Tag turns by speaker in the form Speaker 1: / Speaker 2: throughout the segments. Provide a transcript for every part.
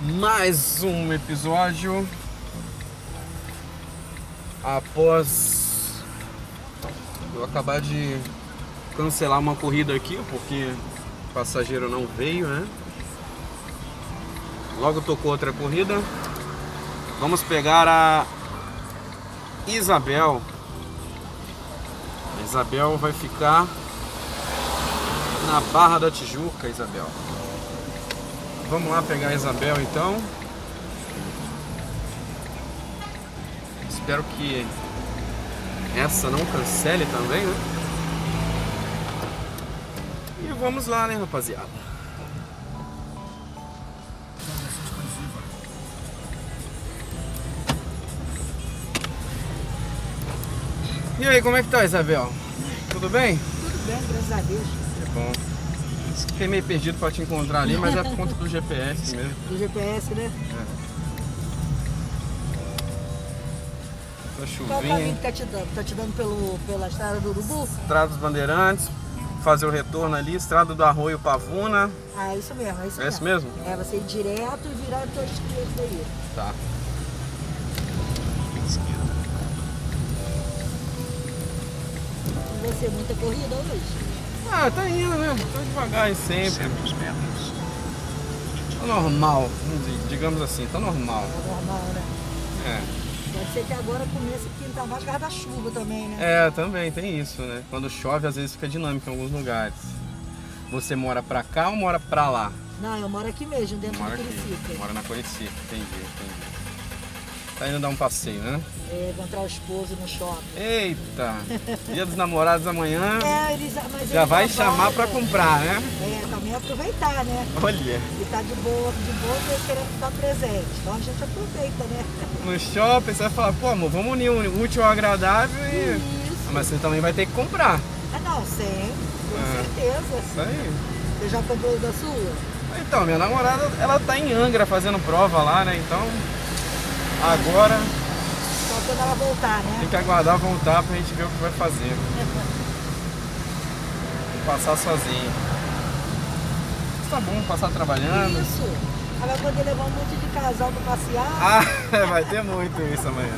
Speaker 1: mais um episódio após eu acabar de cancelar uma corrida aqui porque o passageiro não veio, né? Logo tocou outra corrida. Vamos pegar a Isabel. A Isabel vai ficar na Barra da Tijuca, Isabel. Vamos lá pegar a Isabel então. Espero que essa não cancele também, né? E vamos lá, né, rapaziada? E aí, como é que tá, Isabel? Tudo bem?
Speaker 2: Tudo bem, graças a Deus.
Speaker 1: Que bom. Fiquei meio perdido pra te encontrar ali, mas é por conta do GPS mesmo.
Speaker 2: Do GPS, né?
Speaker 1: Essa
Speaker 2: Qual o caminho
Speaker 1: chuvinha.
Speaker 2: que tá te dando? Tá te dando pelo, pela estrada do Urubu?
Speaker 1: Estrada dos Bandeirantes, fazer o retorno ali, Estrada do Arroio Pavuna.
Speaker 2: Ah, é isso mesmo, é isso
Speaker 1: É isso
Speaker 2: mesmo.
Speaker 1: mesmo?
Speaker 2: É, você ir direto e virar a tua esquerda aí.
Speaker 1: Tá.
Speaker 2: E você, muita corrida ou Luiz?
Speaker 1: Ah, tá indo, né? Tô devagar e sempre. Tá normal, vamos dizer, digamos assim, tá normal.
Speaker 2: É normal, né?
Speaker 1: É.
Speaker 2: Pode ser que agora comece a quintar mais por causa da chuva também, né?
Speaker 1: É, também tem isso, né? Quando chove, às vezes fica dinâmico em alguns lugares. Você mora pra cá ou mora pra lá?
Speaker 2: Não, eu moro aqui mesmo, dentro
Speaker 1: Mora
Speaker 2: do
Speaker 1: aqui.
Speaker 2: Curicica.
Speaker 1: Mora na Curicica, entendi, entendi. Tá indo dar um passeio, né?
Speaker 2: É, encontrar o esposo no shopping.
Speaker 1: Eita! Dia dos namorados amanhã.
Speaker 2: É, eles, mas
Speaker 1: Já
Speaker 2: eles
Speaker 1: vai
Speaker 2: adoram,
Speaker 1: chamar pra
Speaker 2: né?
Speaker 1: comprar, né?
Speaker 2: É, também aproveitar, né?
Speaker 1: Olha,
Speaker 2: E tá de boa, de boa, Deus querendo dar presente. Então a gente aproveita, né?
Speaker 1: no shopping você vai falar, pô amor, vamos unir o útil ao agradável e.
Speaker 2: Isso.
Speaker 1: Ah, Mas você também vai ter que comprar.
Speaker 2: Ah, não, sim, com
Speaker 1: Ah. Isso
Speaker 2: certeza.
Speaker 1: aí.
Speaker 2: Você já comprou da sua?
Speaker 1: Então, minha namorada, ela tá em Angra fazendo prova lá, né? Então, agora
Speaker 2: Só quando ela voltar,
Speaker 1: tem
Speaker 2: né?
Speaker 1: que aguardar voltar pra gente ver o que vai fazer. E passar sozinho. Mas tá bom, passar trabalhando.
Speaker 2: Isso. Ela vai poder levar um monte de casal pra passear.
Speaker 1: Ah, vai ter muito isso amanhã.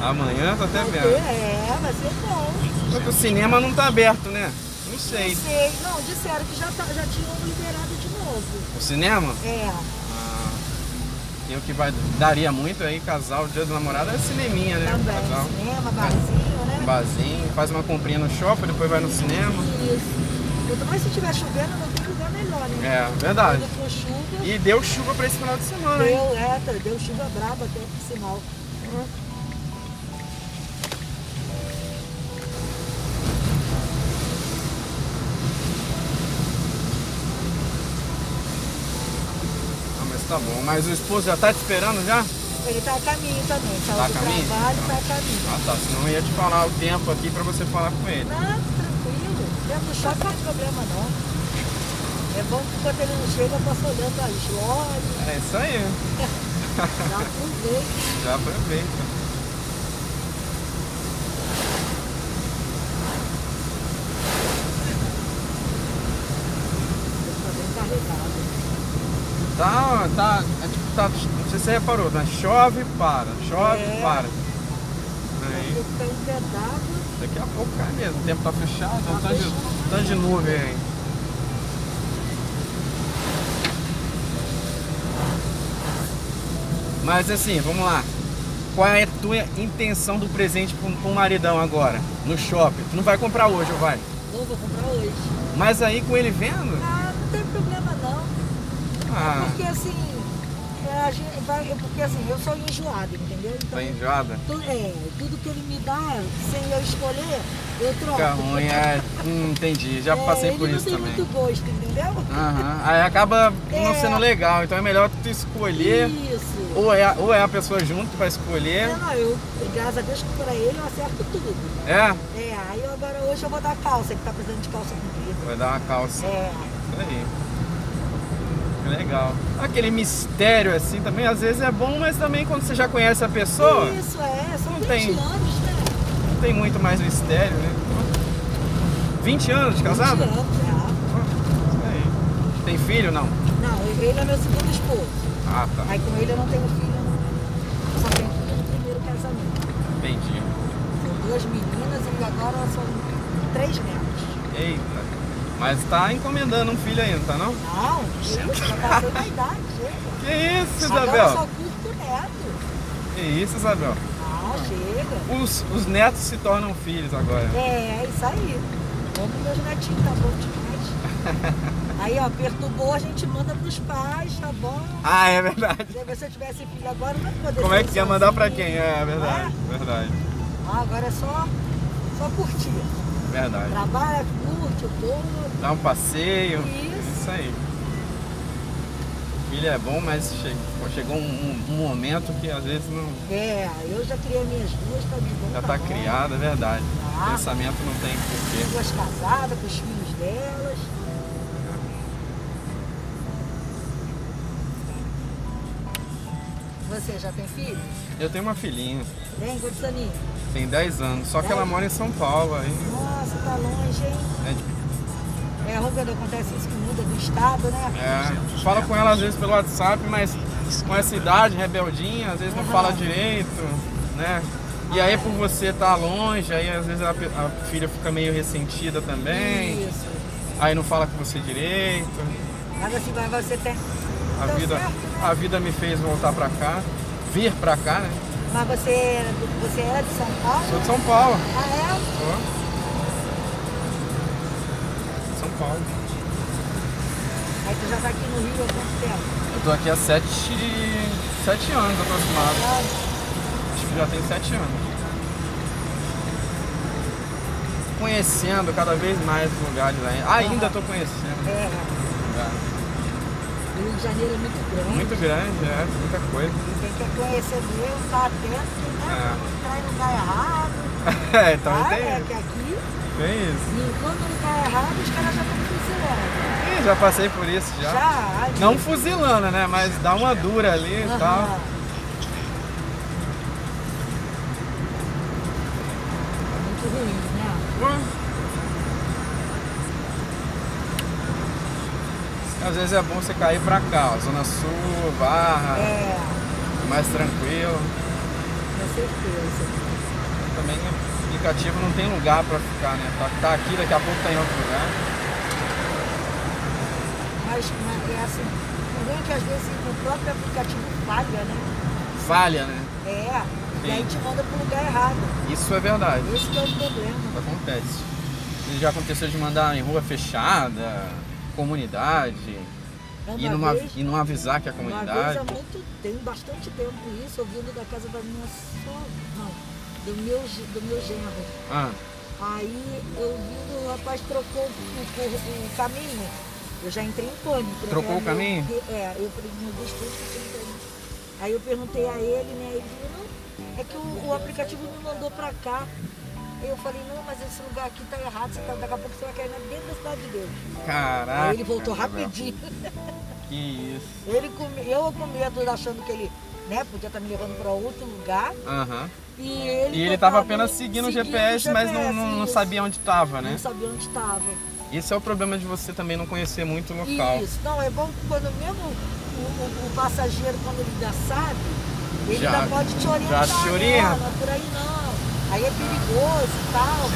Speaker 1: Amanhã tô até
Speaker 2: vai ter,
Speaker 1: vendo.
Speaker 2: é, vai ser bom.
Speaker 1: Só que o cinema não tá aberto, né? Não sei.
Speaker 2: Sei. Não, disseram que já, tá, já tinham liberado de novo.
Speaker 1: O cinema?
Speaker 2: É,
Speaker 1: Ah, e o que vai, daria muito aí, casal, dia do namorado, é cineminha, né?
Speaker 2: também.
Speaker 1: Casal.
Speaker 2: Cinema, barzinho,
Speaker 1: um
Speaker 2: né?
Speaker 1: barzinho, faz uma comprinha no shopping, depois vai no cinema.
Speaker 2: Isso. Quanto mais se tiver chovendo, não tem lugar melhor, né?
Speaker 1: É, verdade.
Speaker 2: Quando for chuva,
Speaker 1: E deu chuva pra esse final de semana, hein?
Speaker 2: deu, é, tá, deu chuva braba até, por sinal.
Speaker 1: Hum. Ah, mas tá bom. Mas o esposo já tá te esperando já?
Speaker 2: Ele tá a caminho também. Saiu
Speaker 1: Tá a
Speaker 2: do
Speaker 1: caminho?
Speaker 2: trabalho, tá a caminho.
Speaker 1: Ah tá, senão eu ia te falar o tempo aqui pra você falar com ele.
Speaker 2: Nada, tranquilo. Dentro do shopping não tem problema não. É bom que quando ele não chega, eu passo olhando as lojas,
Speaker 1: É isso aí,
Speaker 2: já aproveito.
Speaker 1: já aproveita.
Speaker 2: Tá bem carregado.
Speaker 1: Tá, tá, é tipo, tá, não sei se você reparou, né? Chove, para, chove,
Speaker 2: É.
Speaker 1: para. Aí,
Speaker 2: Ele tá um pedaço,
Speaker 1: daqui a pouco cai mesmo, o tempo tá fechado,
Speaker 2: Tá
Speaker 1: tá, de,
Speaker 2: fechado.
Speaker 1: tá de nuvem aí. Mas assim, vamos lá. Qual é a tua intenção do presente pro, pro maridão agora? No shopping? Tu não vai comprar hoje, ou vai?
Speaker 2: não vou comprar hoje.
Speaker 1: Mas aí com ele vendo?
Speaker 2: Ah, não tem problema não.
Speaker 1: Ah,
Speaker 2: Porque assim, é, a gente vai, é porque assim, eu sou enjoada, entendeu? Então,
Speaker 1: tá enjoada?
Speaker 2: tu- é, tudo que ele me dá, sem eu escolher, eu troco.
Speaker 1: Fica ruim, é. Hum, entendi, já
Speaker 2: É,
Speaker 1: passei
Speaker 2: ele
Speaker 1: por isso
Speaker 2: não tem
Speaker 1: também. Ah,
Speaker 2: muito gosto, entendeu?
Speaker 1: Aham, Aí acaba não
Speaker 2: É.
Speaker 1: sendo legal, então é melhor tu escolher.
Speaker 2: Isso.
Speaker 1: Ou é, a- ou é a pessoa junto que vai escolher.
Speaker 2: Não, não, eu, graças a Deus que pra ele eu acerto tudo.
Speaker 1: É,
Speaker 2: É, aí eu agora hoje eu vou dar calça, que tá precisando de calça comprida.
Speaker 1: vai dar uma calça.
Speaker 2: É,
Speaker 1: Isso aí. Que Legal. Aquele mistério assim também, às vezes é bom, mas também quando você já conhece a pessoa,
Speaker 2: isso é, são
Speaker 1: Não
Speaker 2: 20
Speaker 1: tem.
Speaker 2: anos, né?
Speaker 1: não tem muito mais mistério, né? 20 anos de casado?
Speaker 2: 20 anos, é.
Speaker 1: Isso aí. Tem filho? Não.
Speaker 2: Não, ele é meu segundo esposo.
Speaker 1: Ah, tá.
Speaker 2: Aí com ele eu não tenho filho, não. Só tenho filho do primeiro casamento.
Speaker 1: Entendi.
Speaker 2: São duas meninas e agora são três netos.
Speaker 1: Eita. Mas tá encomendando um filho ainda, tá não?
Speaker 2: Não, isso, já passou da idade, chega.
Speaker 1: Que isso,
Speaker 2: Agora eu
Speaker 1: Isabel?
Speaker 2: só curto neto.
Speaker 1: Que isso, Isabel?
Speaker 2: Ah, chega.
Speaker 1: Os, os netos se tornam filhos agora.
Speaker 2: É, é isso aí. Vamos meus netinhos, tá bom demais. Aí, ó, perturbou, a gente manda pros pais, tá bom?
Speaker 1: Ah, é verdade.
Speaker 2: Porque Se eu tivesse filho agora, eu não poderia.
Speaker 1: Como é que ia mandar pra quem? É verdade, verdade,
Speaker 2: assim, né? Ah, agora é só, só curtir.
Speaker 1: verdade.
Speaker 2: Trabalha, curte, o povo.
Speaker 1: Dá um passeio.
Speaker 2: Isso.
Speaker 1: Isso aí. Filho é bom, mas che- pô, chegou um, um- um momento que às vezes não
Speaker 2: É, eu já criei minhas duas, tá de bom.
Speaker 1: já tá
Speaker 2: bom.
Speaker 1: criado, é verdade.
Speaker 2: Tá.
Speaker 1: Pensamento não tem porquê.
Speaker 2: Duas casadas, com os filhos delas. Você já tem filho?
Speaker 1: Eu tenho uma filhinha,
Speaker 2: Tem, quantos aninhos?
Speaker 1: tem 10 anos, só que ela mora em São Paulo, aí
Speaker 2: Nossa, tá longe, hein?
Speaker 1: né, de-
Speaker 2: É ruim quando acontece isso que muda do estado, né?
Speaker 1: É, fala com ela às vezes pelo WhatsApp, mas com essa idade rebeldinha, às vezes não fala direito, né? E aí por você estar longe, aí às vezes a, pe- a filha fica meio ressentida também,
Speaker 2: Isso.
Speaker 1: aí não fala com você direito.
Speaker 2: Mas assim, mas você tem.
Speaker 1: A
Speaker 2: Deu
Speaker 1: vida,
Speaker 2: certo, né?
Speaker 1: a vida me fez voltar pra cá, vir pra cá, né?
Speaker 2: Mas você, era do- você era de São Paulo?
Speaker 1: Sou de São Paulo.
Speaker 2: Ah, é?
Speaker 1: Sou. São Paulo.
Speaker 2: Aí tu já tá aqui no Rio há quanto tempo?
Speaker 1: Eu tô aqui há sete, sete anos aproximado.
Speaker 2: Ah,
Speaker 1: Acho que já tem sete anos. Conhecendo cada vez mais os lugares ainda. Ainda tô conhecendo.
Speaker 2: é.
Speaker 1: lugar.
Speaker 2: O Rio de Janeiro é muito grande.
Speaker 1: Muito grande, é, muita coisa.
Speaker 2: E Quem quer conhecer mesmo, tá atento, né? Não entrar em lugar errado.
Speaker 1: É, então
Speaker 2: tá?
Speaker 1: É. tem,
Speaker 2: É que aqui,
Speaker 1: tem isso.
Speaker 2: se encontra um lugar errado, os caras já estão fuzilando.
Speaker 1: Ih, já passei por isso já.
Speaker 2: Já. aí-
Speaker 1: Não fuzilando, né? Mas dá uma dura ali e tal.
Speaker 2: Aham. Muito ruim, né?
Speaker 1: Às vezes é bom você cair pra cá, ó, Zona Sul, Barra,
Speaker 2: É,
Speaker 1: mais tranquilo.
Speaker 2: com certeza.
Speaker 1: Também o aplicativo não tem lugar pra ficar, né? Tá, tá aqui, daqui a pouco tá em outro lugar.
Speaker 2: Mas mas é assim, o ruim é que às vezes o próprio aplicativo falha, né?
Speaker 1: Falha, né?
Speaker 2: É, e
Speaker 1: Sim.
Speaker 2: aí te manda pro lugar errado.
Speaker 1: Isso é verdade,
Speaker 2: Esse que é o problema.
Speaker 1: acontece. E Já aconteceu de mandar em rua fechada, comunidade,
Speaker 2: Uma
Speaker 1: e, não, av-
Speaker 2: vez,
Speaker 1: e não avisar que é
Speaker 2: uma vez
Speaker 1: comunidade.
Speaker 2: há muito tempo, bastante tempo isso, eu vindo da casa da minha sogra, não, do meu, ge- do meu genro.
Speaker 1: Ah,
Speaker 2: Aí eu vi o rapaz trocou o, o- o caminho. Eu já entrei em pânico. né?
Speaker 1: Trocou o
Speaker 2: Aí
Speaker 1: caminho?
Speaker 2: Eu, é, eu falei, meu Deus, por que tinha caminho? Aí eu perguntei a ele, né? Ele falou, não, é que o, o aplicativo me mandou pra cá. Aí eu falei, não, mas esse lugar aqui tá errado, você tá, daqui a pouco você vai cair na dentro da cidade dele.
Speaker 1: caraca.
Speaker 2: Aí ele voltou
Speaker 1: Isabel.
Speaker 2: rapidinho.
Speaker 1: Que isso.
Speaker 2: Ele com, eu com medo, achando que ele, né, podia estar me levando pra outro lugar.
Speaker 1: Aham.
Speaker 2: E ele.
Speaker 1: E ele tava
Speaker 2: tocava,
Speaker 1: apenas
Speaker 2: ele
Speaker 1: seguindo o
Speaker 2: seguindo
Speaker 1: GPS, mas não,
Speaker 2: GPS,
Speaker 1: não, não
Speaker 2: isso.
Speaker 1: sabia onde tava, né?
Speaker 2: Não sabia onde estava.
Speaker 1: Esse é o problema de você também não conhecer muito o local.
Speaker 2: Isso, não, é bom que quando mesmo o, o- o passageiro, quando ele já sabe, ele
Speaker 1: Já-
Speaker 2: já, pode te orientar.
Speaker 1: já te
Speaker 2: né?
Speaker 1: orienta.
Speaker 2: Ó, Não, é por aí não. Aí é perigoso e tal.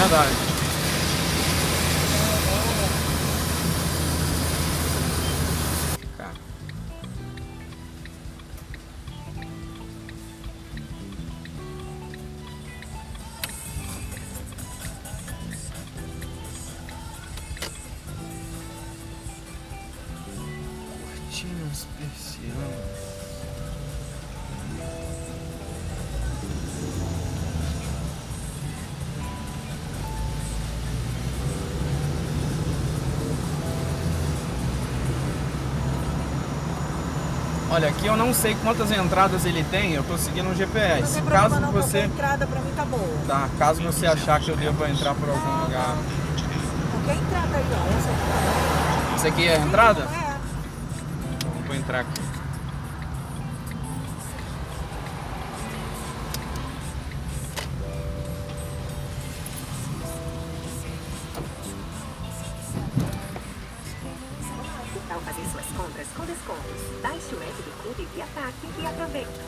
Speaker 1: Verdade. Cara. Cortinas persianas. Olha, aqui eu não sei quantas entradas ele tem, eu tô seguindo um
Speaker 2: Não
Speaker 1: GPS.
Speaker 2: tem problema
Speaker 1: Caso
Speaker 2: não,
Speaker 1: você
Speaker 2: qualquer entrada pra mim tá boa.
Speaker 1: Tá, caso você achar que eu devo entrar por algum lugar.
Speaker 2: Qualquer entrada aí, ó. Essa aqui tá boa.
Speaker 1: Isso aqui é a entrada?
Speaker 2: É.
Speaker 1: Vou entrar aqui.
Speaker 3: Ao fazer suas compras, com descontos. Baixe o app do clube e ataque e aproveite.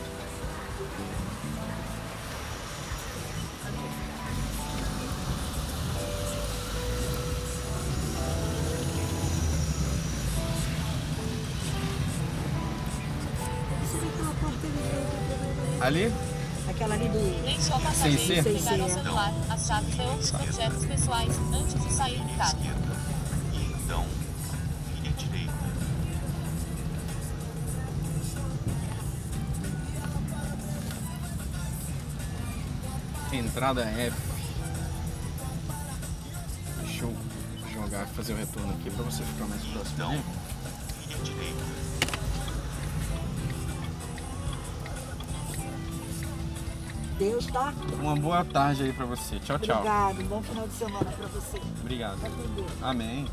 Speaker 1: Ali?
Speaker 2: Aquela ali do.
Speaker 4: Nem só passar
Speaker 1: Sem
Speaker 4: bem
Speaker 1: ser?
Speaker 4: sem pegar
Speaker 2: Sem
Speaker 4: o
Speaker 2: ser.
Speaker 4: celular, as chaves e outros objetos pessoais antes de sair de casa.
Speaker 5: esquerda. E então, vire à direita.
Speaker 1: Entrada F. Deixa eu jogar, fazer o retorno aqui pra você ficar mais próximo. né?
Speaker 5: Vire à direita.
Speaker 2: Deus, tá?
Speaker 1: Uma boa tarde aí pra você. Tchau, tchau.
Speaker 2: Obrigado. Bom final de semana pra você.
Speaker 1: Obrigado.
Speaker 2: Tá com Deus.
Speaker 1: Amém.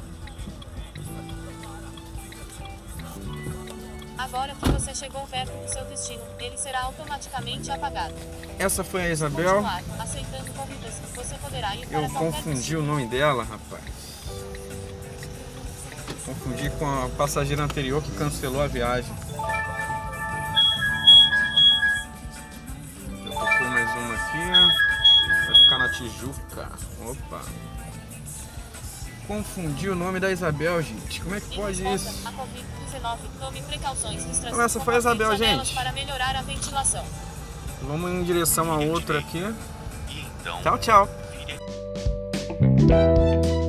Speaker 4: Agora que você chegou perto do seu destino, ele será automaticamente apagado.
Speaker 1: Essa foi a Isabel.
Speaker 4: Continuar aceitando corridas, você poderá ir para
Speaker 1: Eu
Speaker 4: qualquer
Speaker 1: confundi o nome dela, rapaz. Confundi com a passageira anterior que cancelou a viagem. Já tocou mais uma aqui. Vai ficar na Tijuca. Opa. Confundi o nome da Isabel, gente. Como é que
Speaker 4: E
Speaker 1: pode
Speaker 4: resposta
Speaker 1: isso?
Speaker 4: à Covid-19, tome precauções nos
Speaker 1: Então essa foi a Isabel,
Speaker 4: compartilhe janelas
Speaker 1: gente.
Speaker 4: Para melhorar a ventilação.
Speaker 1: Vamos em direção a outra aqui.
Speaker 5: E então,
Speaker 1: Tchau, tchau.
Speaker 5: vire à